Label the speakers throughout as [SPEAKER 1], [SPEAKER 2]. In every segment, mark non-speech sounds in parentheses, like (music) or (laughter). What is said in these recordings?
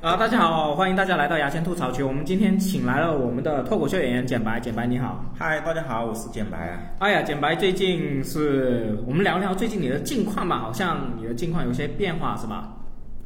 [SPEAKER 1] 啊、大家好，欢迎大家来到牙签吐槽区。我们今天请来了我们的脱口秀演员简白，简白你好。
[SPEAKER 2] 嗨，大家好，我是简白啊。
[SPEAKER 1] 哎呀，简白最近是我们聊聊最近你的近况吧，好像你的近况有些变化是吧？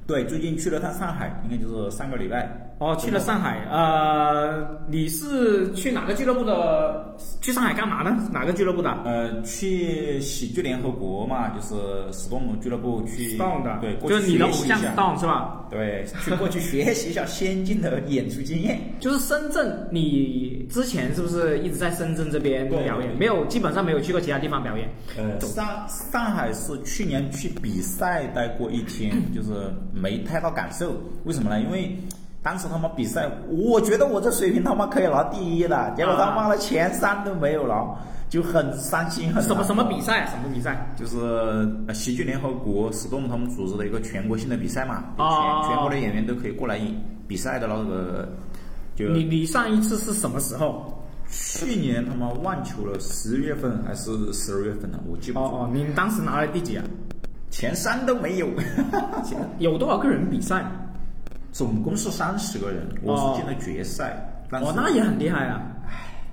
[SPEAKER 2] 对，最近去了趟上海，应该就是上个礼拜。
[SPEAKER 1] 哦，去了上海，呃，你是去哪个俱乐部的？去上海干嘛呢？哪个俱乐部的？
[SPEAKER 2] 呃，去喜剧联合国嘛，就是 Storm 俱乐部去
[SPEAKER 1] Stone 的，
[SPEAKER 2] 对，过去
[SPEAKER 1] 就是你的偶
[SPEAKER 2] 学习一
[SPEAKER 1] 像
[SPEAKER 2] 下
[SPEAKER 1] Stone 是吧？
[SPEAKER 2] 对，去过去学习一下先进的演出
[SPEAKER 1] (laughs)
[SPEAKER 2] 经验。
[SPEAKER 1] 就是深圳，你之前是不是一直在深圳这边
[SPEAKER 2] 对
[SPEAKER 1] 表演？
[SPEAKER 2] 对
[SPEAKER 1] 没有，基本上没有去过其他地方表演。
[SPEAKER 2] 呃，上上海是去年去比赛待过一
[SPEAKER 1] (laughs)
[SPEAKER 2] 天，就是没太大感受。为什么呢？因为当时他妈比赛，我觉得我这水平他妈可以拿第一了，结果
[SPEAKER 1] 啊
[SPEAKER 2] 他妈的前三都没有拿，就很伤心，很
[SPEAKER 1] 什么
[SPEAKER 2] 难
[SPEAKER 1] 什么
[SPEAKER 2] 过
[SPEAKER 1] 比赛？啊什么比赛？
[SPEAKER 2] 就是呃喜剧联合国 Storm 他们组织的一个全国性的比赛嘛，就
[SPEAKER 1] 哦
[SPEAKER 2] 全全国的演员都可以过来比赛的那个，就
[SPEAKER 1] 你你上一次是什么时候？
[SPEAKER 2] 去年他妈忘球了，十月份还是十二月份呢？我记不
[SPEAKER 1] 哦
[SPEAKER 2] 住，
[SPEAKER 1] 哦，你当时拿了第几啊？
[SPEAKER 2] 前三都没有， (laughs)
[SPEAKER 1] 有多少个人比赛？
[SPEAKER 2] 总共是三十个人，我是进了决赛，但是
[SPEAKER 1] 哦，那也很厉害啊！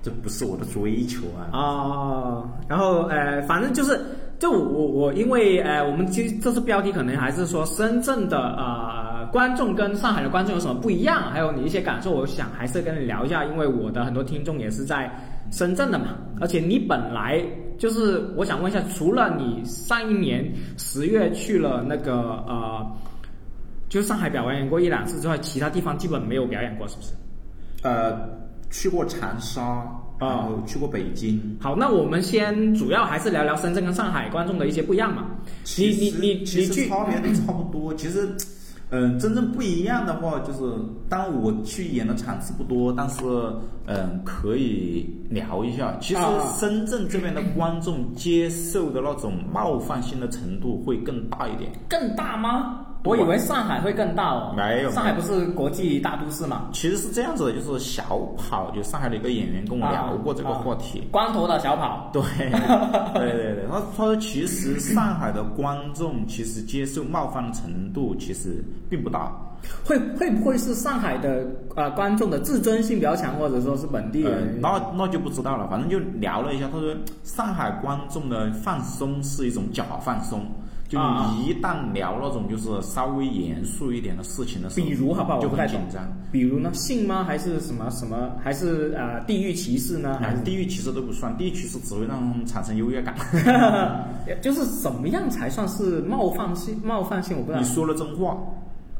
[SPEAKER 2] 这不是我的追求啊，
[SPEAKER 1] 哦，然后呃，反正就是，就我我我，因为呃，我们其实这次标题可能还是说深圳的呃观众跟上海的观众有什么不一样，还有你一些感受，我想还是跟你聊一下，因为我的很多听众也是在深圳的嘛，而且你本来就是我想问一下，除了你上一年十月去了那个呃，就上海表演过一两次之外，其他地方基本没有表演过，是不是？
[SPEAKER 2] 呃，去过长沙，
[SPEAKER 1] 哦
[SPEAKER 2] 然后去过北京。
[SPEAKER 1] 好，那我们先主要还是聊聊深圳跟上海观众的一些不一样嘛。你
[SPEAKER 2] 其
[SPEAKER 1] 你
[SPEAKER 2] 实
[SPEAKER 1] 你你
[SPEAKER 2] 其实
[SPEAKER 1] 去
[SPEAKER 2] 差别都差不多。其实，嗯、真正不一样的话，就是当我去演的场次不多，但是嗯、可以聊一下。其实
[SPEAKER 1] 啊
[SPEAKER 2] 深圳这边的观众接受的那种冒犯性的程度会更大一点。
[SPEAKER 1] 更大吗？
[SPEAKER 2] 不
[SPEAKER 1] 我以
[SPEAKER 2] 管
[SPEAKER 1] 为上海会更大哦，
[SPEAKER 2] 没有
[SPEAKER 1] 上海不是国际大都市嘛？
[SPEAKER 2] 其实是这样子的，就是小跑，就上海的一个演员跟
[SPEAKER 1] 啊
[SPEAKER 2] 我聊过这个话题。
[SPEAKER 1] 光头的小跑， (laughs)
[SPEAKER 2] 对，对对对，他他说其实上海的观众其实接受冒犯的程度其实并不大，
[SPEAKER 1] 会会不会是上海的呃观众的自尊心比较强，或者说是本地
[SPEAKER 2] 呃
[SPEAKER 1] 人？
[SPEAKER 2] 那那就不知道了，反正就聊了一下。他说，上海观众的放松是一种假放松，就
[SPEAKER 1] 啊
[SPEAKER 2] 你一旦聊那种就是稍微严肃一点的事情的时候，
[SPEAKER 1] 比如好不好？我
[SPEAKER 2] 就
[SPEAKER 1] 不太
[SPEAKER 2] 很紧
[SPEAKER 1] 懂嗯
[SPEAKER 2] 张。。
[SPEAKER 1] 比如呢，性吗？还是什么什么？还是呃地域歧视呢？还
[SPEAKER 2] 哎
[SPEAKER 1] 是
[SPEAKER 2] 地域歧视都不算，地域歧视只会让他们产生优越感。
[SPEAKER 1] 嗯就是 (laughs) 什么样才算是冒犯性？冒犯性我不知道
[SPEAKER 2] 你。说了真话，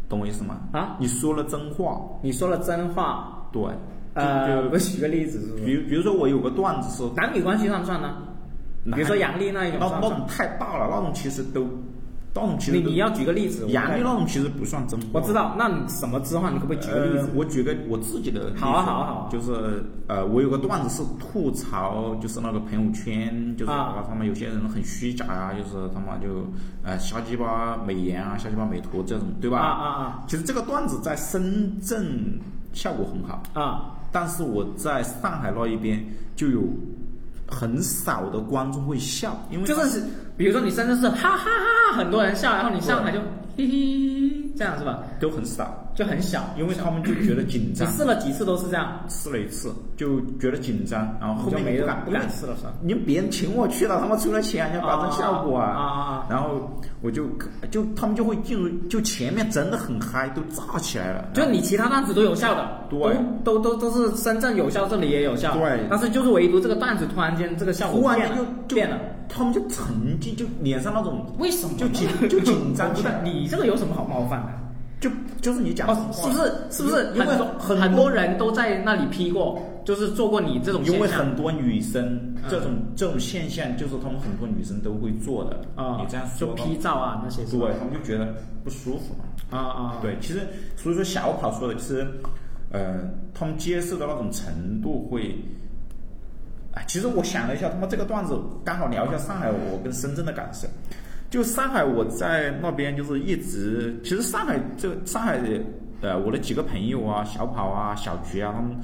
[SPEAKER 2] 懂我意思吗？
[SPEAKER 1] 啊
[SPEAKER 2] 你说了真话，
[SPEAKER 1] 你说了真话，
[SPEAKER 2] 对，
[SPEAKER 1] 呃，
[SPEAKER 2] 就
[SPEAKER 1] 我举个例子是不
[SPEAKER 2] 就是比如比如说我有个段子是，
[SPEAKER 1] 男女关系算不算呢？
[SPEAKER 2] 男
[SPEAKER 1] 比如说杨丽那一种
[SPEAKER 2] 那
[SPEAKER 1] 算不
[SPEAKER 2] 那
[SPEAKER 1] 算？
[SPEAKER 2] 种太大了，那种其实都，那种其
[SPEAKER 1] 你
[SPEAKER 2] 实
[SPEAKER 1] 你要举个例子，我
[SPEAKER 2] 杨
[SPEAKER 1] 看
[SPEAKER 2] 丽那种其实不算真话。
[SPEAKER 1] 我知道，那你什么之话，你可不可以举个例子
[SPEAKER 2] 呃？我举个我自己的例子
[SPEAKER 1] 好啊好啊好啊
[SPEAKER 2] 就是呃，我有个段子是吐槽，就是那个朋友圈，就是
[SPEAKER 1] 啊
[SPEAKER 2] 他们有些人很虚假啊，就是他妈就呃瞎鸡巴美颜啊，瞎鸡巴美图这种，对吧？
[SPEAKER 1] 啊啊
[SPEAKER 2] 其实这个段子在深圳效果很好，
[SPEAKER 1] 啊啊！
[SPEAKER 2] 但是我在上海那一边就有很少的观众会笑，因为
[SPEAKER 1] 就是比如说你深圳是哈哈哈，很多人笑，然后你上海就嘿嘿这样是吧？
[SPEAKER 2] 都很少，
[SPEAKER 1] 就很小。
[SPEAKER 2] 因为他们就觉得紧
[SPEAKER 1] 你
[SPEAKER 2] 张，
[SPEAKER 1] 试了几次都是这样，
[SPEAKER 2] 试了一次就觉得紧张，然后后
[SPEAKER 1] 你就
[SPEAKER 2] 面
[SPEAKER 1] 没
[SPEAKER 2] 也不
[SPEAKER 1] 了
[SPEAKER 2] 敢，
[SPEAKER 1] 不敢试了是吧？
[SPEAKER 2] 你别人请我去了，他妈出了钱要保证效果
[SPEAKER 1] 啊啊啊啊
[SPEAKER 2] 然后我就就他们就会进入，就前面真的很嗨，都炸起来了。
[SPEAKER 1] 就你其他段子都有效的，
[SPEAKER 2] 对
[SPEAKER 1] 都都都都是深圳有效，这里也有效，
[SPEAKER 2] 对
[SPEAKER 1] 但是就是唯独这个段子突然间这个效果
[SPEAKER 2] 突然
[SPEAKER 1] 变了
[SPEAKER 2] 间就就
[SPEAKER 1] 变了，，
[SPEAKER 2] 他们就沉浸，就脸上那种
[SPEAKER 1] 为什么
[SPEAKER 2] 就
[SPEAKER 1] 呢
[SPEAKER 2] 紧就紧
[SPEAKER 1] (laughs) 我
[SPEAKER 2] 张
[SPEAKER 1] 不
[SPEAKER 2] 起
[SPEAKER 1] 懂
[SPEAKER 2] 来。
[SPEAKER 1] 你这个有什么好冒犯的？
[SPEAKER 2] 就就是你讲
[SPEAKER 1] 哦
[SPEAKER 2] 的话，
[SPEAKER 1] 是不是是不是
[SPEAKER 2] 因为
[SPEAKER 1] 很多
[SPEAKER 2] 很
[SPEAKER 1] 很多人都在那里批过，就是做过你这种现
[SPEAKER 2] 因为
[SPEAKER 1] 象嗯
[SPEAKER 2] 很多女生这种这种现象，就是他们很多女生都会做的。
[SPEAKER 1] 啊，
[SPEAKER 2] 你这样
[SPEAKER 1] 就
[SPEAKER 2] 说的话，哎
[SPEAKER 1] 批照啊那些是吧
[SPEAKER 2] 对，他们就觉得不舒服嘛。
[SPEAKER 1] 啊啊，
[SPEAKER 2] 对，其实所以说小跑说的，其实，呃，他们接受的那种程度会，啊，其实我想了一下，他妈这个段子刚好聊一下上海我跟深圳的感受。就上海，我在那边就是一直，其实上海这上海的，呃，我的几个朋友啊，小跑啊，小菊啊，他们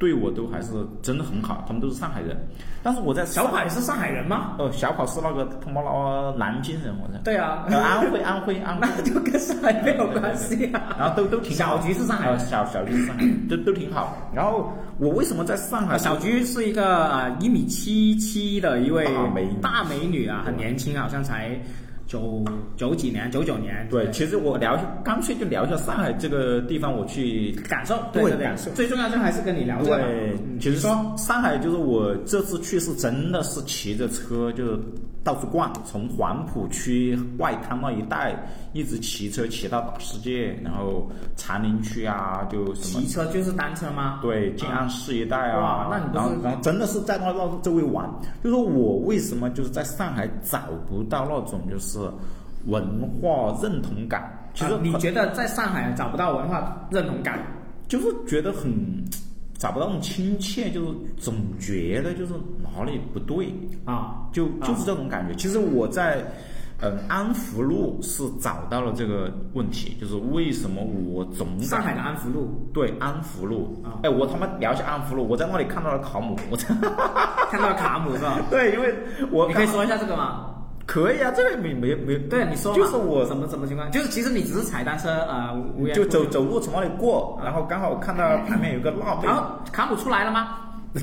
[SPEAKER 2] 对我都还是真的很好，他们都是上海人。但是我在
[SPEAKER 1] 小跑也是上海人吗？
[SPEAKER 2] 哦，小跑是那个他妈老南京人，我在。
[SPEAKER 1] 对啊，
[SPEAKER 2] 呃安徽，安徽，安徽。
[SPEAKER 1] (laughs) 那就跟上海没有关系啊。
[SPEAKER 2] 然后都都挺好
[SPEAKER 1] 小菊是上海人
[SPEAKER 2] 呃小小菊是上
[SPEAKER 1] (clears throat)
[SPEAKER 2] 海人，都都挺好。然后我为什么在上海？
[SPEAKER 1] 小菊是一个啊一米七七的一位
[SPEAKER 2] 大美女
[SPEAKER 1] 大美女啊，很年轻，好像才九九几年，九九年。
[SPEAKER 2] 对，其实我聊一下，干脆就聊一下上海这个地方，我去
[SPEAKER 1] 感受，
[SPEAKER 2] 对
[SPEAKER 1] 对对对
[SPEAKER 2] 感受
[SPEAKER 1] 最重要就还是跟你聊这个嘛。
[SPEAKER 2] 对，
[SPEAKER 1] 嗯
[SPEAKER 2] 其实上海就是我这次去是真的是骑着车就到处逛，从黄浦区外滩那一带一直骑车骑到大世界，然后长宁区啊，就什么
[SPEAKER 1] 骑车就是单车吗？
[SPEAKER 2] 对静安寺一带
[SPEAKER 1] 啊哇
[SPEAKER 2] 啊，
[SPEAKER 1] 那你不是
[SPEAKER 2] 然后然后真的是在那那周围玩，就说我为什么就是在上海找不到那种就是文化认同感？其实
[SPEAKER 1] 啊你
[SPEAKER 2] 很
[SPEAKER 1] 觉得在上海找不到文化认同感？
[SPEAKER 2] 就是觉得很找不到那种亲切，就是总觉得就是哪里不对，
[SPEAKER 1] 啊，
[SPEAKER 2] 就
[SPEAKER 1] 啊
[SPEAKER 2] 就是这种感觉。其实我在嗯安福路是找到了这个问题，就是为什么我总感
[SPEAKER 1] 上海的安福路
[SPEAKER 2] 对安福路
[SPEAKER 1] 啊，
[SPEAKER 2] 哎，我他妈聊一下安福路，我在那里看到了考姆，我在
[SPEAKER 1] 看到了卡姆是吧？
[SPEAKER 2] 对，因为我
[SPEAKER 1] 你可以说一下这个吗？
[SPEAKER 2] 可以啊，这个没没没
[SPEAKER 1] 对，你说嘛
[SPEAKER 2] 就是我
[SPEAKER 1] 什么什么情况？就是其实你只是踩单车啊，无无缘
[SPEAKER 2] 就
[SPEAKER 1] 无故
[SPEAKER 2] 走走路从那里过，然后刚好看到旁边有个辣妹
[SPEAKER 1] 然。后卡姆出来了吗？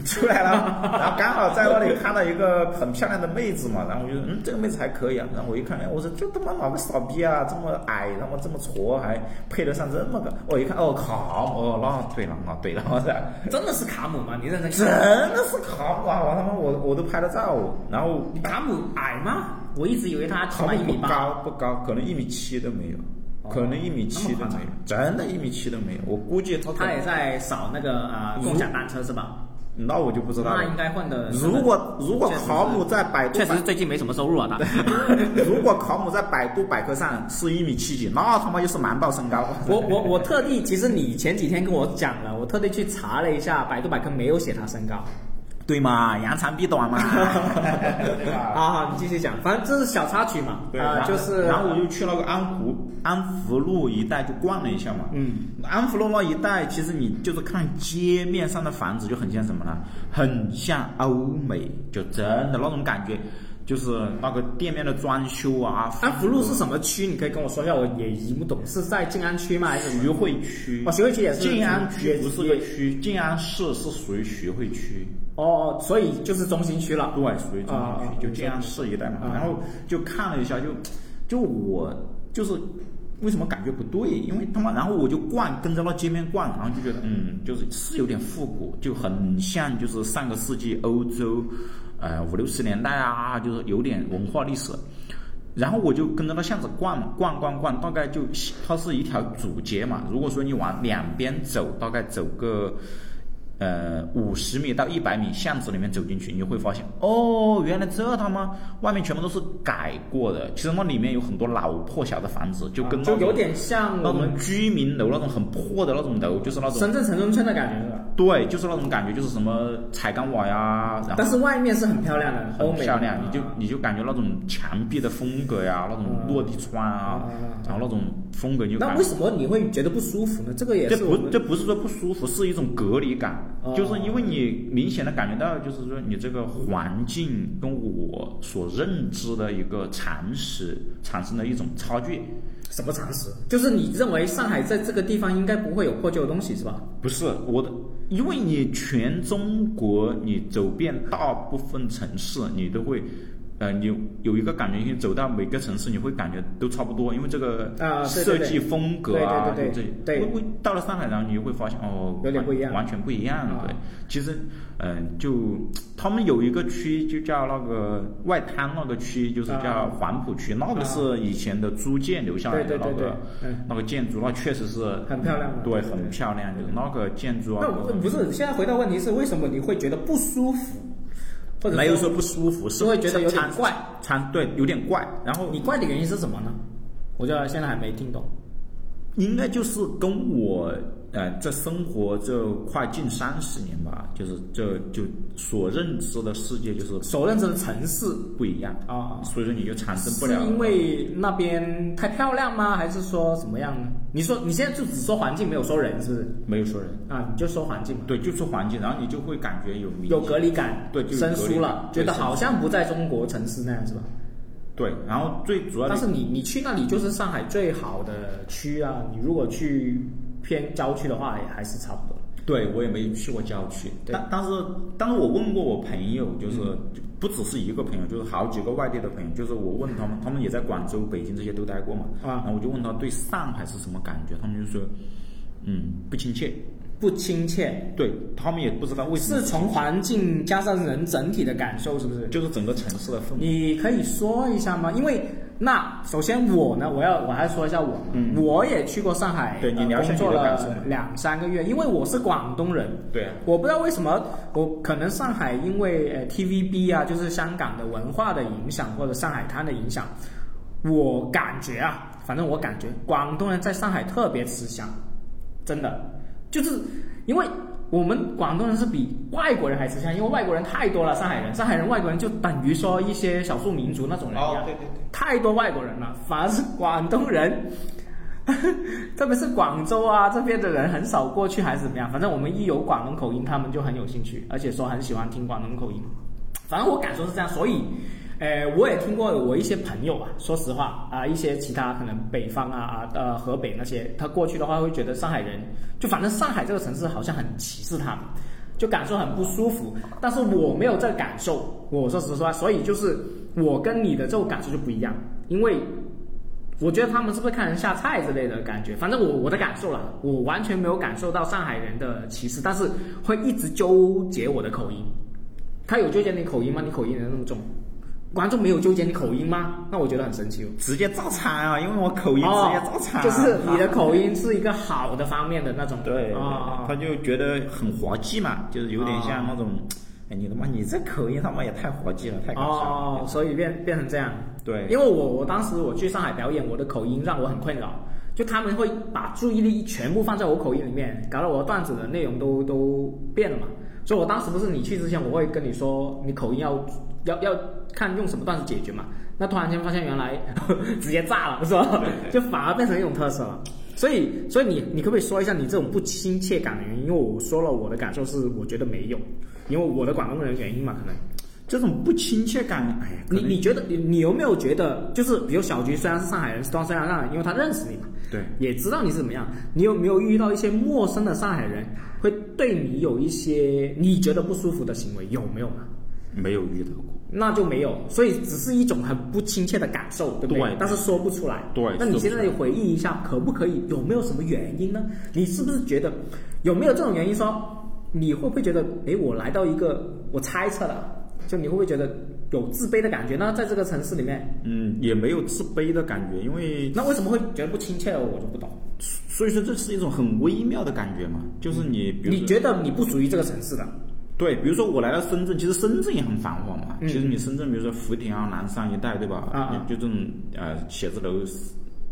[SPEAKER 2] 出来了，然后刚好在那里看到一个很漂亮的妹子嘛，然后我就说嗯，这个妹子还可以啊，然后我一看，哎，我说这他妈哪个傻逼啊，这么矮，然后这么矬，还配得上这么个，我一看，哦靠，哦那对了，那对了，我操，
[SPEAKER 1] 真的是卡姆吗？你认真
[SPEAKER 2] 真
[SPEAKER 1] 看？
[SPEAKER 2] 的是靠，哇，我他妈我我都拍了照，然后
[SPEAKER 1] 卡姆矮吗？我一直以为他起
[SPEAKER 2] 考
[SPEAKER 1] 码
[SPEAKER 2] 不
[SPEAKER 1] 一米
[SPEAKER 2] 不
[SPEAKER 1] 八。
[SPEAKER 2] 高不高，可能一米七都没有。可能一米七都
[SPEAKER 1] 那么夸
[SPEAKER 2] 没
[SPEAKER 1] 张
[SPEAKER 2] 有，真的，一米七都没有。我估计他可
[SPEAKER 1] 他
[SPEAKER 2] 能
[SPEAKER 1] 也在扫那个啊、呃、
[SPEAKER 2] 如
[SPEAKER 1] 共享单车是吧？
[SPEAKER 2] 那我就不知道
[SPEAKER 1] 那应
[SPEAKER 2] 了。
[SPEAKER 1] 该混的。
[SPEAKER 2] 如果如果
[SPEAKER 1] 确实是
[SPEAKER 2] 考姆在百度
[SPEAKER 1] 确
[SPEAKER 2] 百
[SPEAKER 1] 实最近没什么收入啊，
[SPEAKER 2] (laughs)
[SPEAKER 1] 他。
[SPEAKER 2] 如果考姆在百度百科上是一米七几，那他妈就是瞒报身高。
[SPEAKER 1] 我我我特地，其实你前几天跟我讲了，我特地去查了一下，百度百科没有写他身高。
[SPEAKER 2] (laughs) 对嘛，扬长避短
[SPEAKER 1] (laughs)
[SPEAKER 2] 嘛， (laughs) 对吧？
[SPEAKER 1] 好啊好，你继续讲，反正这是小插曲嘛，
[SPEAKER 2] 对，
[SPEAKER 1] 啊、
[SPEAKER 2] 然后
[SPEAKER 1] 就是
[SPEAKER 2] 然后我就去那个安福安福路一带就逛了一下嘛。
[SPEAKER 1] 嗯，
[SPEAKER 2] 安福路那一带，其实你就是看街面上的房子，就很像什么呢？很像欧美，就真的那种感觉，就是那个店面的装修啊。
[SPEAKER 1] 安福路是什么区？你可以跟我说一下，我也一不懂，是在静安区吗？还是什么？
[SPEAKER 2] 徐汇区
[SPEAKER 1] 哦，徐汇区也是
[SPEAKER 2] 静安区
[SPEAKER 1] 也
[SPEAKER 2] 不是
[SPEAKER 1] 也
[SPEAKER 2] 个区，静安市是属于徐汇区。
[SPEAKER 1] 哦，所以就是中心区了。
[SPEAKER 2] 对，属于中
[SPEAKER 1] 啊
[SPEAKER 2] 心
[SPEAKER 1] 啊
[SPEAKER 2] 区，哎就静安市一带嘛。
[SPEAKER 1] 啊
[SPEAKER 2] 然后就看了一下，就就我就是为什么感觉不对？因为他妈，然后我就逛，跟着那街面逛，然后就觉得，嗯，就是是有点复古，就很像就是上个世纪欧洲，呃，五六十年代啊，就是有点文化历史。然后我就跟着那巷子逛嘛，逛逛逛，大概就它是一条主街嘛。如果说你往两边走，大概走个呃五十米到一百米巷子里面走进去，你就会发现，哦，原来这他妈外面全部都是改过的。其实那里面有很多老破小的房子，就跟
[SPEAKER 1] 啊
[SPEAKER 2] 那
[SPEAKER 1] 就
[SPEAKER 2] 种、
[SPEAKER 1] 有点像
[SPEAKER 2] 那
[SPEAKER 1] 我们
[SPEAKER 2] 种居民楼那种很破的那种楼，就是那种
[SPEAKER 1] 深圳城中村的感觉是吧？
[SPEAKER 2] 对，就是那种感觉，就是什么彩钢瓦呀，然后
[SPEAKER 1] 但是外面是很漂亮的，欧
[SPEAKER 2] 很
[SPEAKER 1] 美
[SPEAKER 2] 漂亮，你就
[SPEAKER 1] 啊
[SPEAKER 2] 你就感觉那种墙壁的风格呀，那种落地窗啊
[SPEAKER 1] 嗯嗯嗯，
[SPEAKER 2] 然后那种风格你就
[SPEAKER 1] 那
[SPEAKER 2] 感
[SPEAKER 1] 为
[SPEAKER 2] 觉。
[SPEAKER 1] 什么你会觉得不舒服呢？这个也
[SPEAKER 2] 这
[SPEAKER 1] 是我
[SPEAKER 2] 不
[SPEAKER 1] 们
[SPEAKER 2] 这不是说不舒服，是一种隔离感，
[SPEAKER 1] 哦
[SPEAKER 2] 就是因为你明显的感觉到，就是说你这个环境跟我所认知的一个常识产生的一种差距。
[SPEAKER 1] 什么常识？就是你认为上海在这个地方应该不会有破旧的东西是吧？
[SPEAKER 2] 不是我的，因为你全中国，你走遍大部分城市，你都会，呃，你有有一个感觉，你走到每个城市，你会感觉都差不多，因为这个
[SPEAKER 1] 啊对对
[SPEAKER 2] 设计风格啊，
[SPEAKER 1] 对对对对
[SPEAKER 2] 这，会会到了上海，然后你就会发现哦，
[SPEAKER 1] 有点不一样
[SPEAKER 2] 完全不一样。
[SPEAKER 1] 啊
[SPEAKER 2] 对，其实，嗯、就他们有一个区就叫那个外滩那个区，就是叫
[SPEAKER 1] 啊
[SPEAKER 2] 黄浦区，那
[SPEAKER 1] 啊
[SPEAKER 2] 个是以前的租界留下来的
[SPEAKER 1] 对
[SPEAKER 2] 哦
[SPEAKER 1] 对
[SPEAKER 2] 那
[SPEAKER 1] 对
[SPEAKER 2] 个
[SPEAKER 1] 对嗯
[SPEAKER 2] 那个建筑，那确实是
[SPEAKER 1] 很漂亮的
[SPEAKER 2] 对，很漂亮，就是那个建筑啊
[SPEAKER 1] 那。我不是，现在回到问题是为什么你会觉得不舒服，或者
[SPEAKER 2] 没有说不舒服，是
[SPEAKER 1] 是会觉得有点
[SPEAKER 2] 常
[SPEAKER 1] 怪。
[SPEAKER 2] 常对有点怪，然后
[SPEAKER 1] 你怪的原因是什么呢？我就现在还没听懂。
[SPEAKER 2] 应该就是跟我呃，这生活这快近三十年吧，就是这就所认知的世界就是
[SPEAKER 1] 所认知的城市
[SPEAKER 2] 不一样，
[SPEAKER 1] 啊，
[SPEAKER 2] 所以说你就产生不
[SPEAKER 1] 是
[SPEAKER 2] 了。
[SPEAKER 1] 因为那边太漂亮吗？还是说怎么样呢？你说你现在就只说环境，没有说人，是不是？
[SPEAKER 2] 没有说人，
[SPEAKER 1] 啊，你就说环境嘛，
[SPEAKER 2] 对，就是环境，然后你就会感觉有明
[SPEAKER 1] 有隔离感，
[SPEAKER 2] 对就有
[SPEAKER 1] 生
[SPEAKER 2] 隔离
[SPEAKER 1] 疏了
[SPEAKER 2] 感，
[SPEAKER 1] 觉
[SPEAKER 2] 对
[SPEAKER 1] 得
[SPEAKER 2] 生
[SPEAKER 1] 好像不在中国城市那样，是吧？
[SPEAKER 2] 对，然后最主要的
[SPEAKER 1] 但是你你去那里就是上海最好的区啊，你如果去偏郊区的话，也还是差不多。
[SPEAKER 2] 对我也没去过郊区，
[SPEAKER 1] 对
[SPEAKER 2] 但但是但是我问过我朋友，就是、就不只是一个朋友，就是好几个外地的朋友，就是我问他们，他们也在广州、北京这些都待过嘛，
[SPEAKER 1] 啊
[SPEAKER 2] 然后我就问他对上海是什么感觉，他们就说，嗯，不亲切，
[SPEAKER 1] 不亲切，
[SPEAKER 2] 对他们也不知道为什么
[SPEAKER 1] 是
[SPEAKER 2] 不亲切，
[SPEAKER 1] 从环境加上人整体的感受，是不是？
[SPEAKER 2] 就是整个城市的氛围，
[SPEAKER 1] 你可以说一下吗？因为那首先我呢，我要我还说一下我嘛，
[SPEAKER 2] 嗯
[SPEAKER 1] 我也去过上海，
[SPEAKER 2] 对你
[SPEAKER 1] 呃
[SPEAKER 2] 聊一
[SPEAKER 1] 工
[SPEAKER 2] 下你
[SPEAKER 1] 作
[SPEAKER 2] 的感受
[SPEAKER 1] 了两三个月，因为我是广东人，
[SPEAKER 2] 对啊，
[SPEAKER 1] 我不知道为什么，我可能上海因为呃 TVB 啊，就是香港的文化的影响或者上海滩的影响，我感觉啊，反正我感觉广东人在上海特别吃香，真的，就是因为我们广东人是比外国人还吃香，因为外国人太多了，上海人，上海人外国人就等于说一些少数民族那种人一样，
[SPEAKER 2] 哦对对，
[SPEAKER 1] 太多外国人了，反而是广东人， (laughs) 特别是广州啊这边的人很少过去还是怎么样，反正我们一有广东口音，他们就很有兴趣，而且说很喜欢听广东口音。反正我感受是这样，所以，呃，我也听过我一些朋友啊，说实话啊、一些其他可能北方啊啊呃河北那些，他过去的话会觉得上海人，就反正上海这个城市好像很歧视他们，就感受很不舒服。但是我没有这个感受，我说实话，所以就是我跟你的这种感受就不一样，因为我觉得他们是不是看人下菜之类的感觉？反正我我的感受啦，我完全没有感受到上海人的歧视，但是会一直纠结我的口音。他有纠结你口音吗？你口音能那么重？观众没有纠结你口音吗？那我觉得很神奇哦。
[SPEAKER 2] 直接照餐啊，因为我口音直接啊照餐、
[SPEAKER 1] 哦，就是你的口音是一个好的方面的那种。
[SPEAKER 2] (laughs) 对，
[SPEAKER 1] 啊、
[SPEAKER 2] 他就觉得很滑稽嘛，就是有点像
[SPEAKER 1] 啊
[SPEAKER 2] 那种，哎，你他妈你这口音他妈也太滑稽了，太搞笑
[SPEAKER 1] 哦
[SPEAKER 2] 了。，
[SPEAKER 1] 所以变变成这样。
[SPEAKER 2] 对
[SPEAKER 1] 因为我我当时我去上海表演，我的口音让我很困扰，就他们会把注意力全部放在我口音里面，搞得我段子的内容都都变了嘛。所以我当时不是你去之前，我会跟你说你口音要要要看用什么段子解决嘛。那突然间发现原来 (laughs) 直接炸了，是吧？就反而变成一种特色了。所以，所以你你可不可以说一下你这种不亲切感的原因？因为我说了我的感受是，我觉得没有，因为我的广东人原因嘛，可能。
[SPEAKER 2] 这种不亲切感，哎呀，可
[SPEAKER 1] 你
[SPEAKER 2] 能
[SPEAKER 1] 你觉得你你有没有觉得，就是比如小菊虽然是上海人，虽然上海人，因为他认识你嘛，
[SPEAKER 2] 对
[SPEAKER 1] 也知道你是怎么样，你有没有遇到一些陌生的上海人会对你有一些你觉得不舒服的行为？有没有嘛？
[SPEAKER 2] 没有遇到过。
[SPEAKER 1] 那就没有，所以只是一种很不亲切的感受，对不对？
[SPEAKER 2] 对
[SPEAKER 1] 但是说不出来。
[SPEAKER 2] 对
[SPEAKER 1] 那你现在回忆一下，可不可以？有没有什么原因呢？你是不是觉得有没有这种原因说？你会不会觉得，诶，我来到一个，我猜测的啊，就你会不会觉得有自卑的感觉呢？在这个城市里面，
[SPEAKER 2] 嗯，也没有自卑的感觉，因为
[SPEAKER 1] 那为什么会觉得不亲切了？我就不懂。
[SPEAKER 2] 所以说这是一种很微妙的感觉嘛，就是你，比如说
[SPEAKER 1] 你觉得你不属于这个城市的，
[SPEAKER 2] 对，比如说我来到深圳，其实深圳也很繁华嘛。
[SPEAKER 1] 嗯
[SPEAKER 2] 其实你深圳，比如说福田啊、南山一带，对吧？
[SPEAKER 1] 啊啊
[SPEAKER 2] 你就这种呃写字楼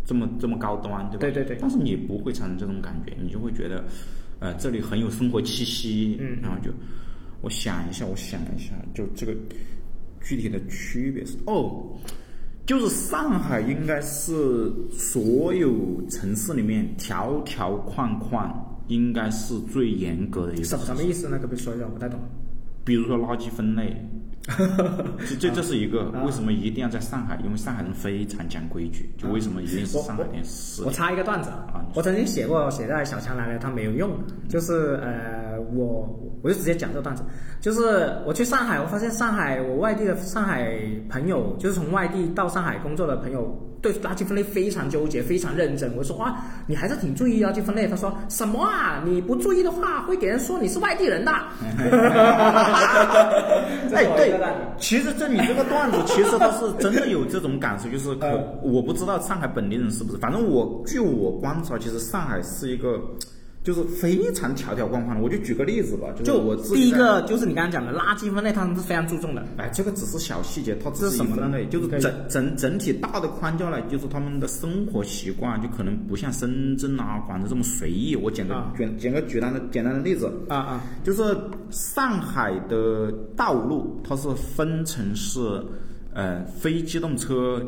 [SPEAKER 2] 这么这么高端，对吧？
[SPEAKER 1] 对对对
[SPEAKER 2] 但是你不会产生这种感觉，你就会觉得，呃，这里很有生活气息。
[SPEAKER 1] 嗯
[SPEAKER 2] 然后就我想一下，我想一下，就这个具体的区别是哦。就是上海应该是所有城市里面条条框框应该是最严格的一个
[SPEAKER 1] 什什么意思呢？可不可以说一下？我不太懂。
[SPEAKER 2] 比如说垃圾分类，这这这是一个
[SPEAKER 1] 啊
[SPEAKER 2] 为什么一定要在上海？因为上海人非常讲规矩，就为什么一定是
[SPEAKER 1] 我
[SPEAKER 2] 上海电视
[SPEAKER 1] 我？插一个段子啊
[SPEAKER 2] 啊你，
[SPEAKER 1] 我曾经写过写在小强来了，他没有用，就是呃，我我就直接讲这个段子，就是我去上海，我发现上海我外地的上海朋友，就是从外地到上海工作的朋友，对垃圾分类非常纠结，非常认真。我说哇，你还是挺注意垃啊圾分类。他说什么啊？你不注意的话，会给人说你是外地人的。这是我一个段子，
[SPEAKER 2] 哎，对其实这你这个
[SPEAKER 1] (laughs)
[SPEAKER 2] 段子，其实它是真的有这种感受，就是可
[SPEAKER 1] 呃
[SPEAKER 2] 我不知道上海本地人是不是，反正我据我观察，其实上海是一个。就是非常条条框框的。我就举个例子吧，就是
[SPEAKER 1] 就
[SPEAKER 2] 我自己
[SPEAKER 1] 第一
[SPEAKER 2] 在
[SPEAKER 1] 个就是你刚刚讲的垃圾分类，他们是非常注重的。
[SPEAKER 2] 哎，这个只是小细节，它只
[SPEAKER 1] 这是
[SPEAKER 2] 是
[SPEAKER 1] 什么呢
[SPEAKER 2] 一分类，就
[SPEAKER 1] 你可
[SPEAKER 2] 是
[SPEAKER 1] 以
[SPEAKER 2] 整整整体大的框架呢，就是他们的生活习惯，就可能不像深圳啊、广州这么随意。我简个
[SPEAKER 1] 啊
[SPEAKER 2] 简简个简单的简单的例子，
[SPEAKER 1] 啊啊
[SPEAKER 2] 就是上海的道路，它是分成是呃非机动车、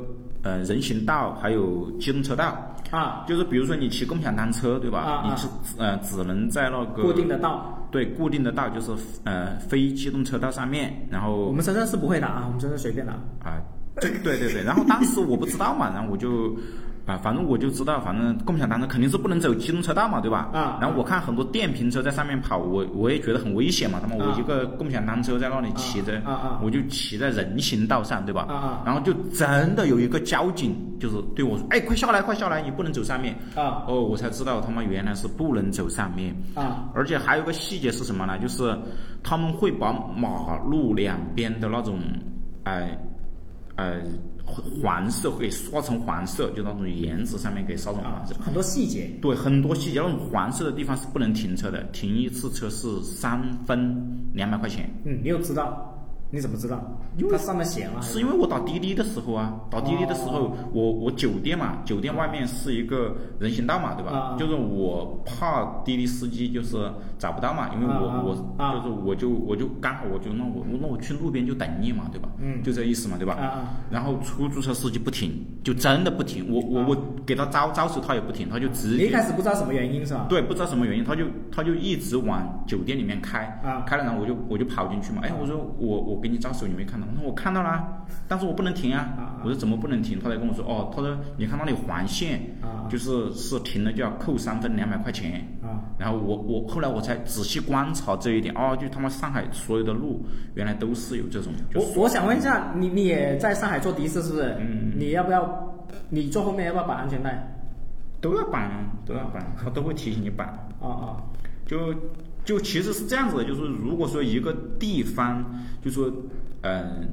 [SPEAKER 2] 呃人行道，还有机动车道。
[SPEAKER 1] 啊！
[SPEAKER 2] 就是比如说你骑共享单车，对吧？
[SPEAKER 1] 啊啊
[SPEAKER 2] 你是呃只能在那个
[SPEAKER 1] 固定的道，
[SPEAKER 2] 对固定的道，就是呃非机动车道上面，然后
[SPEAKER 1] 我们深圳是不会的啊，我们深圳随便的。
[SPEAKER 2] 啊，对对对对。然后当时我不知道嘛，然后我就啊，反正我就知道，反正共享单车肯定是不能走机动车道嘛，对吧？
[SPEAKER 1] 啊
[SPEAKER 2] 然后我看很多电瓶车在上面跑，我我也觉得很危险嘛。那么
[SPEAKER 1] 啊
[SPEAKER 2] 我一个共享单车在那里骑着，
[SPEAKER 1] 啊啊啊
[SPEAKER 2] 我就骑在人行道上，对吧？
[SPEAKER 1] 啊啊
[SPEAKER 2] 然后就真的有一个交警就是对我说：“哎，快下来，快下来，你不能走上面。”
[SPEAKER 1] 啊
[SPEAKER 2] 哦，我才知道他妈原来是不能走上面。
[SPEAKER 1] 啊
[SPEAKER 2] 而且还有一个细节是什么呢？就是他们会把马路两边的那种，哎、呃，黄色给刷成黄色，就那种颜值上面给刷成
[SPEAKER 1] 啊
[SPEAKER 2] 黄色。！
[SPEAKER 1] 很多细节
[SPEAKER 2] 对，很多细节，那种黄色的地方是不能停车的，停一次车是三分两百块钱。
[SPEAKER 1] 嗯，你又知道，你怎么知道？因为它上面写了。
[SPEAKER 2] 是因为我打滴滴的时候啊，打滴滴的时候，
[SPEAKER 1] 哦
[SPEAKER 2] 我我酒店嘛，酒店外面是一个人行道嘛，对吧？
[SPEAKER 1] 啊啊
[SPEAKER 2] 就是我怕滴滴司机就是找不到嘛，因为我、
[SPEAKER 1] 啊啊
[SPEAKER 2] 我、
[SPEAKER 1] 啊
[SPEAKER 2] 就是我就我就刚好我就那我那我去路边就等你嘛，对吧？
[SPEAKER 1] 嗯
[SPEAKER 2] 就这意思嘛，对吧？
[SPEAKER 1] 啊啊
[SPEAKER 2] 然后出租车司机不停，就真的不停，我我、我给他招招手他也不停，他就直
[SPEAKER 1] 啊你一
[SPEAKER 2] 接
[SPEAKER 1] 开始不知道什么原因是吧？
[SPEAKER 2] 对，不知道什么原因，他就他就一直往酒店里面开，
[SPEAKER 1] 啊
[SPEAKER 2] 开了呢，我就我就跑进去嘛，哎，我说我我给你招手，你没看到？他说我看到啦，但是我不能停啊。
[SPEAKER 1] 啊啊
[SPEAKER 2] 我说怎么不能停？他才跟我说，哦，他说你看那里黄线，
[SPEAKER 1] 啊
[SPEAKER 2] 就是是停了就要扣三分两百块钱。
[SPEAKER 1] 啊
[SPEAKER 2] 然后我我后来我才仔细观察这一点，哦，就他妈上海所有的路原来都是有这种，就
[SPEAKER 1] 我我想问一下，你你也在上海坐的士是不是？
[SPEAKER 2] 嗯
[SPEAKER 1] 你要不要？你坐后面要不要绑安全带？
[SPEAKER 2] 都要绑啊，都要绑，他都会提醒你绑。
[SPEAKER 1] 啊啊
[SPEAKER 2] 就就其实是这样子的，就是如果说一个地方，就说嗯、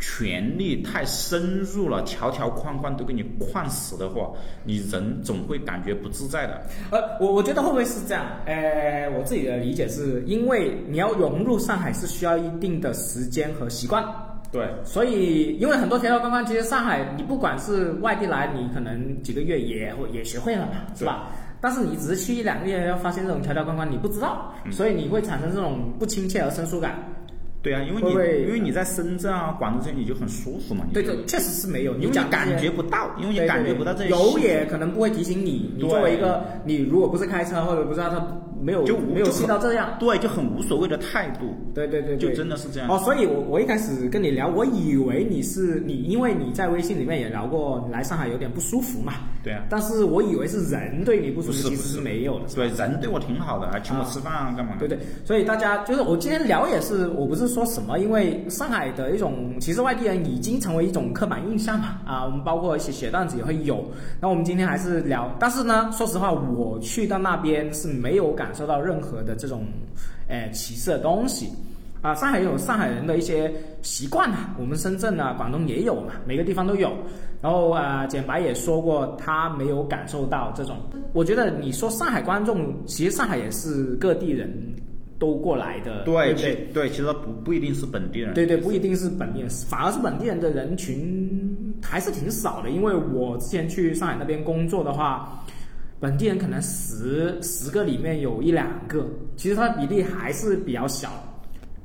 [SPEAKER 2] 权力太深入了，条条框框都给你框死的话，你人总会感觉不自在的。
[SPEAKER 1] 呃，我我觉得会不会是这样？呃，我自己的理解是因为你要融入上海是需要一定的时间和习惯，
[SPEAKER 2] 对，
[SPEAKER 1] 所以因为很多条条框框，其实上海你不管是外地来，你可能几个月也会也学会了嘛，
[SPEAKER 2] 嗯
[SPEAKER 1] 是吧？但是你只是去一两个月，要发现这种条条框框，你不知道，
[SPEAKER 2] 嗯
[SPEAKER 1] 所以你会产生这种不亲切和生疏感。
[SPEAKER 2] 对啊，因为你
[SPEAKER 1] 会不会
[SPEAKER 2] 因为你在深圳啊、广州这些你就很舒服嘛，你
[SPEAKER 1] 对
[SPEAKER 2] 就
[SPEAKER 1] 对，确实是没有，
[SPEAKER 2] 因为你
[SPEAKER 1] 讲这些
[SPEAKER 2] 感觉不到，因为你
[SPEAKER 1] 对
[SPEAKER 2] 感
[SPEAKER 1] 对
[SPEAKER 2] 觉不到这
[SPEAKER 1] 对
[SPEAKER 2] 些
[SPEAKER 1] 有
[SPEAKER 2] 细节
[SPEAKER 1] 也可能不会提醒你。你
[SPEAKER 2] 对
[SPEAKER 1] 作为一个，你如果不是开车或者不知道他没有
[SPEAKER 2] 就
[SPEAKER 1] 没有细到这样，，
[SPEAKER 2] 就很对，就很无所谓的态度，
[SPEAKER 1] 对对对，对
[SPEAKER 2] 就真的是这样
[SPEAKER 1] 哦，所以我我一开始跟你聊，我以为你是你，因为你在微信里面也聊过，你来上海有点不舒服嘛。
[SPEAKER 2] 对啊。
[SPEAKER 1] 但是我以为是人对你不舒
[SPEAKER 2] 不
[SPEAKER 1] 服，
[SPEAKER 2] 是
[SPEAKER 1] 其
[SPEAKER 2] 不
[SPEAKER 1] 实
[SPEAKER 2] 是啊
[SPEAKER 1] 是没有的。
[SPEAKER 2] 对，人对我挺好的，还请我
[SPEAKER 1] 啊
[SPEAKER 2] 吃饭啊，干嘛？
[SPEAKER 1] 对对，所以大家就是我今天聊也是，我不是说什么，因为上海的一种，其实外地人已经成为一种刻板印象嘛，啊，我们包括一些血段子也会有。那我们今天还是聊，但是呢，说实话，我去到那边是没有感受到任何的这种，呃，歧视的东西。啊，上海有上海人的一些习惯啊，我们深圳啊、广东也有嘛，每个地方都有。然后啊、呃简白也说过，他没有感受到这种。我觉得你说上海观众，其实上海也是各地人都过来的，
[SPEAKER 2] 对
[SPEAKER 1] 不
[SPEAKER 2] 其
[SPEAKER 1] 对？
[SPEAKER 2] 对，其实不不一定是本地人。
[SPEAKER 1] 对对，不一定是本地人，反而是本地人的人群还是挺少的。因为我之前去上海那边工作的话，本地人可能十十个里面有一两个，其实它的比例还是比较小。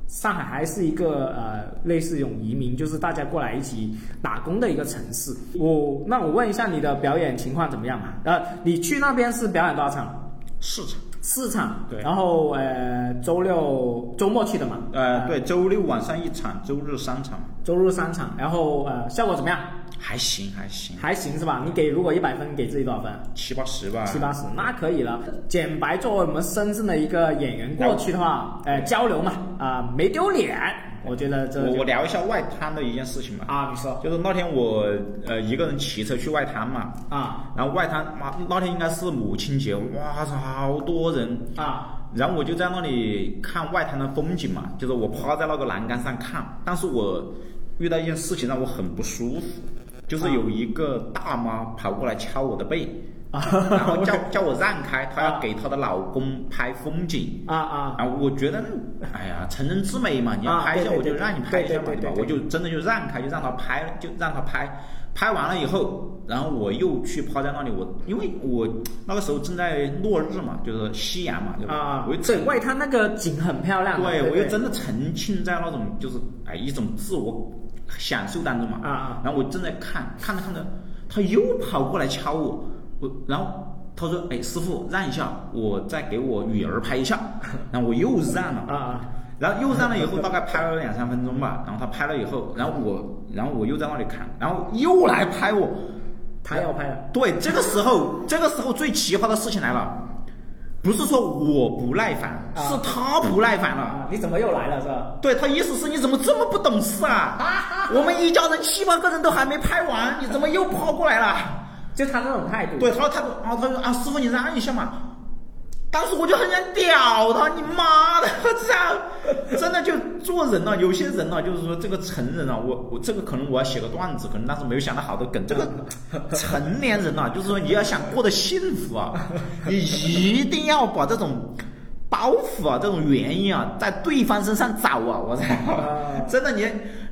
[SPEAKER 1] 上海还是一个呃类似一种移民，就是大家过来一起打工的一个城市。我那我问一下你的表演情况怎么样嘛？呃，你去那边是表演多少场？
[SPEAKER 2] 市场。
[SPEAKER 1] 四场，
[SPEAKER 2] 对
[SPEAKER 1] 然后呃周六周末去的嘛？
[SPEAKER 2] 呃，对，周六晚上一场，周日三场，
[SPEAKER 1] 周日三场，然后呃效果怎么样？
[SPEAKER 2] 还行还行，
[SPEAKER 1] 还行是吧？你给如果一百分，你给自己多少分？
[SPEAKER 2] 七八十吧。
[SPEAKER 1] 七八十，那可以了。简白作为我们深圳的一个演员过去的话，呃，交流嘛，啊、没丢脸，我觉得这
[SPEAKER 2] 我
[SPEAKER 1] 就
[SPEAKER 2] 我聊一下外滩的一件事情吧，
[SPEAKER 1] 啊，你说
[SPEAKER 2] 就是那天我呃一个人骑车去外滩嘛，
[SPEAKER 1] 啊
[SPEAKER 2] 然后外滩妈那天应该是母亲节，哇操，好多人。
[SPEAKER 1] 啊
[SPEAKER 2] 然后我就在那里看外滩的风景嘛，就是我趴在那个栏杆上看，但是我遇到一件啊事情让我很不舒服，就是有一个大妈跑过来敲我的背，
[SPEAKER 1] 啊
[SPEAKER 2] 然后叫叫我让开，她要给她的老公拍风
[SPEAKER 1] (laughs)
[SPEAKER 2] 景。
[SPEAKER 1] 啊啊
[SPEAKER 2] 啊，我觉得，哎呀，成人之美嘛，你要
[SPEAKER 1] 啊
[SPEAKER 2] 拍一下，
[SPEAKER 1] 对对
[SPEAKER 2] 我就
[SPEAKER 1] 对
[SPEAKER 2] 让你
[SPEAKER 1] 对
[SPEAKER 2] 拍一下嘛，
[SPEAKER 1] 对对
[SPEAKER 2] 吧？
[SPEAKER 1] 对
[SPEAKER 2] 我就真的就让开，就让他拍，就让他拍。拍完了以后，然后我又去泡在那里，我因为我那个时候正在落日嘛，就是夕阳嘛，对吧？
[SPEAKER 1] 啊！
[SPEAKER 2] 我又
[SPEAKER 1] 对，外滩那个景很漂亮的。
[SPEAKER 2] 对，
[SPEAKER 1] 对
[SPEAKER 2] 我又真的沉浸在那种就是哎一种自我享受当中嘛。
[SPEAKER 1] 啊啊
[SPEAKER 2] 然后我正在看，看着看着，他又跑过来敲我，我然后他说：“哎，师傅让一下，我再给我女儿拍一下。” (laughs) 然后我又让了
[SPEAKER 1] 啊。啊
[SPEAKER 2] 然后又让了以后，大概拍了两三分钟吧。然后他拍了以后，然后我，然后我又在那里看，然后又来拍我。
[SPEAKER 1] 他要拍了
[SPEAKER 2] 对，这个时候，这个时候最奇葩的事情来了，不是说我不耐烦，
[SPEAKER 1] 啊
[SPEAKER 2] 是他不耐烦了。
[SPEAKER 1] 啊！你怎么又来了是吧？
[SPEAKER 2] 对他意思是你怎么这么不懂事啊？我们一家人七八个人都还没拍完，你怎么又跑过来了？
[SPEAKER 1] 就他那种态度。
[SPEAKER 2] 对，他说他啊，他说啊，师傅你让一下嘛。当时我就很想屌他，你妈的，这样真的就做人呢、有些人呢、就是说这个成人啊，我我这个可能我要写个段子，可能当时没有想到好的梗。这个成年人呐、就是说你要想过得幸福啊，你一定要把这种包袱啊、这种原因啊，在对方身上找啊，我操！
[SPEAKER 1] 啊
[SPEAKER 2] 真的你。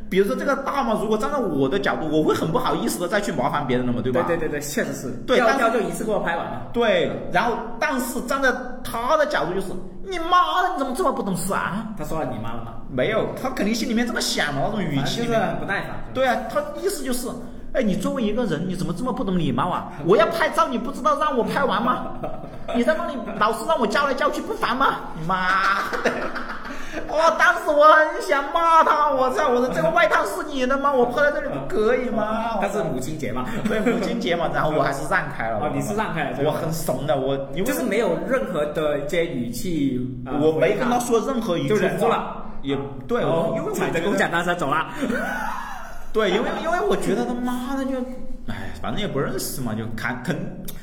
[SPEAKER 2] 比如说这个大妈，如果站在我的角度，我会很不好意思的再去麻烦别人了嘛，对吧？
[SPEAKER 1] 对对对对，确实是。
[SPEAKER 2] 对
[SPEAKER 1] 要
[SPEAKER 2] 但是
[SPEAKER 1] 要就一次给我拍完了。
[SPEAKER 2] 对，然后但是站在他的角度就是，你妈的，你怎么这么不懂事啊？
[SPEAKER 1] 他说了你妈了吗？
[SPEAKER 2] 没有，他肯定心里面这么想的那种语
[SPEAKER 1] 反正
[SPEAKER 2] 气里
[SPEAKER 1] 就是
[SPEAKER 2] 面。
[SPEAKER 1] 不耐烦。
[SPEAKER 2] 对啊，他意思就是，哎，你作为一个人，你怎么这么不懂礼貌 (laughs) 啊？我要拍照，你不知道让我 (laughs) 拍完吗？你在那里老是让我叫来叫去，不烦吗？你妈的！我当时我很想骂他，我操！我说这个外套是你的吗？我泼在这里不可以吗？ (laughs)
[SPEAKER 1] 但是母亲节嘛，
[SPEAKER 2] 对母亲节嘛，然后我还是让开了。
[SPEAKER 1] 哦你是让开了对吧
[SPEAKER 2] 我很怂的，我因为
[SPEAKER 1] 就是没有任何的一些语气，呃
[SPEAKER 2] 啊我没跟他
[SPEAKER 1] 回
[SPEAKER 2] 说任何一
[SPEAKER 1] 答
[SPEAKER 2] 句
[SPEAKER 1] 就
[SPEAKER 2] 话，
[SPEAKER 1] 忍住了。
[SPEAKER 2] 也
[SPEAKER 1] 啊
[SPEAKER 2] 对，
[SPEAKER 1] 哦
[SPEAKER 2] 我因为我
[SPEAKER 1] 踩着
[SPEAKER 2] 觉得
[SPEAKER 1] 共享单车走了。
[SPEAKER 2] 对， (laughs) 因为因为我觉得他妈的就，哎，反正也不认识嘛，就看肯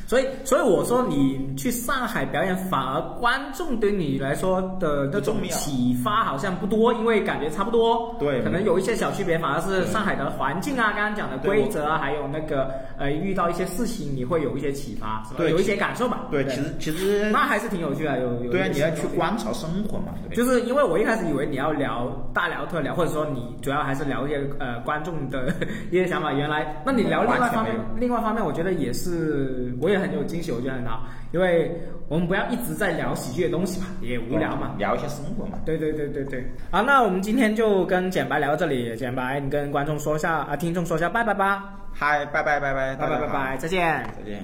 [SPEAKER 1] 所以，所以我说你去上海表演，反而观众对你来说的那种
[SPEAKER 2] 不重要
[SPEAKER 1] 启发好像不多，因为感觉差不多。
[SPEAKER 2] 对
[SPEAKER 1] 可能有一些小区别，反而是
[SPEAKER 2] 对
[SPEAKER 1] 上海的环境啊，刚刚讲的
[SPEAKER 2] 对我
[SPEAKER 1] 规则啊，还有那个呃，遇到一些事情你会有一些启发，是吧？
[SPEAKER 2] 对
[SPEAKER 1] 有一些感受吧。
[SPEAKER 2] 对，其实其实
[SPEAKER 1] 那还是挺有趣的，有有
[SPEAKER 2] 对啊，
[SPEAKER 1] 一
[SPEAKER 2] 你
[SPEAKER 1] 些
[SPEAKER 2] 要去
[SPEAKER 1] 东西
[SPEAKER 2] 观察生活嘛，对。
[SPEAKER 1] 就是因为我一开始以为你要聊大聊特聊，或者说你主要还是聊一些呃观众的一些想法。原来，那你聊另外方面
[SPEAKER 2] 完全没，
[SPEAKER 1] 另外方面，我觉得也是，我也很有惊喜，我觉得很好，因为我们不要一直在聊喜剧的东西嘛，也无聊嘛。
[SPEAKER 2] 聊一些生活嘛。
[SPEAKER 1] 对对对对对。好，那我们今天就跟简白聊到这里，简白，你跟观众说一下啊，听众说一下，拜拜吧，
[SPEAKER 2] 嗨，拜拜拜拜，
[SPEAKER 1] 拜拜
[SPEAKER 2] 大
[SPEAKER 1] 拜
[SPEAKER 2] 家好，
[SPEAKER 1] 拜，再见。
[SPEAKER 2] 再见。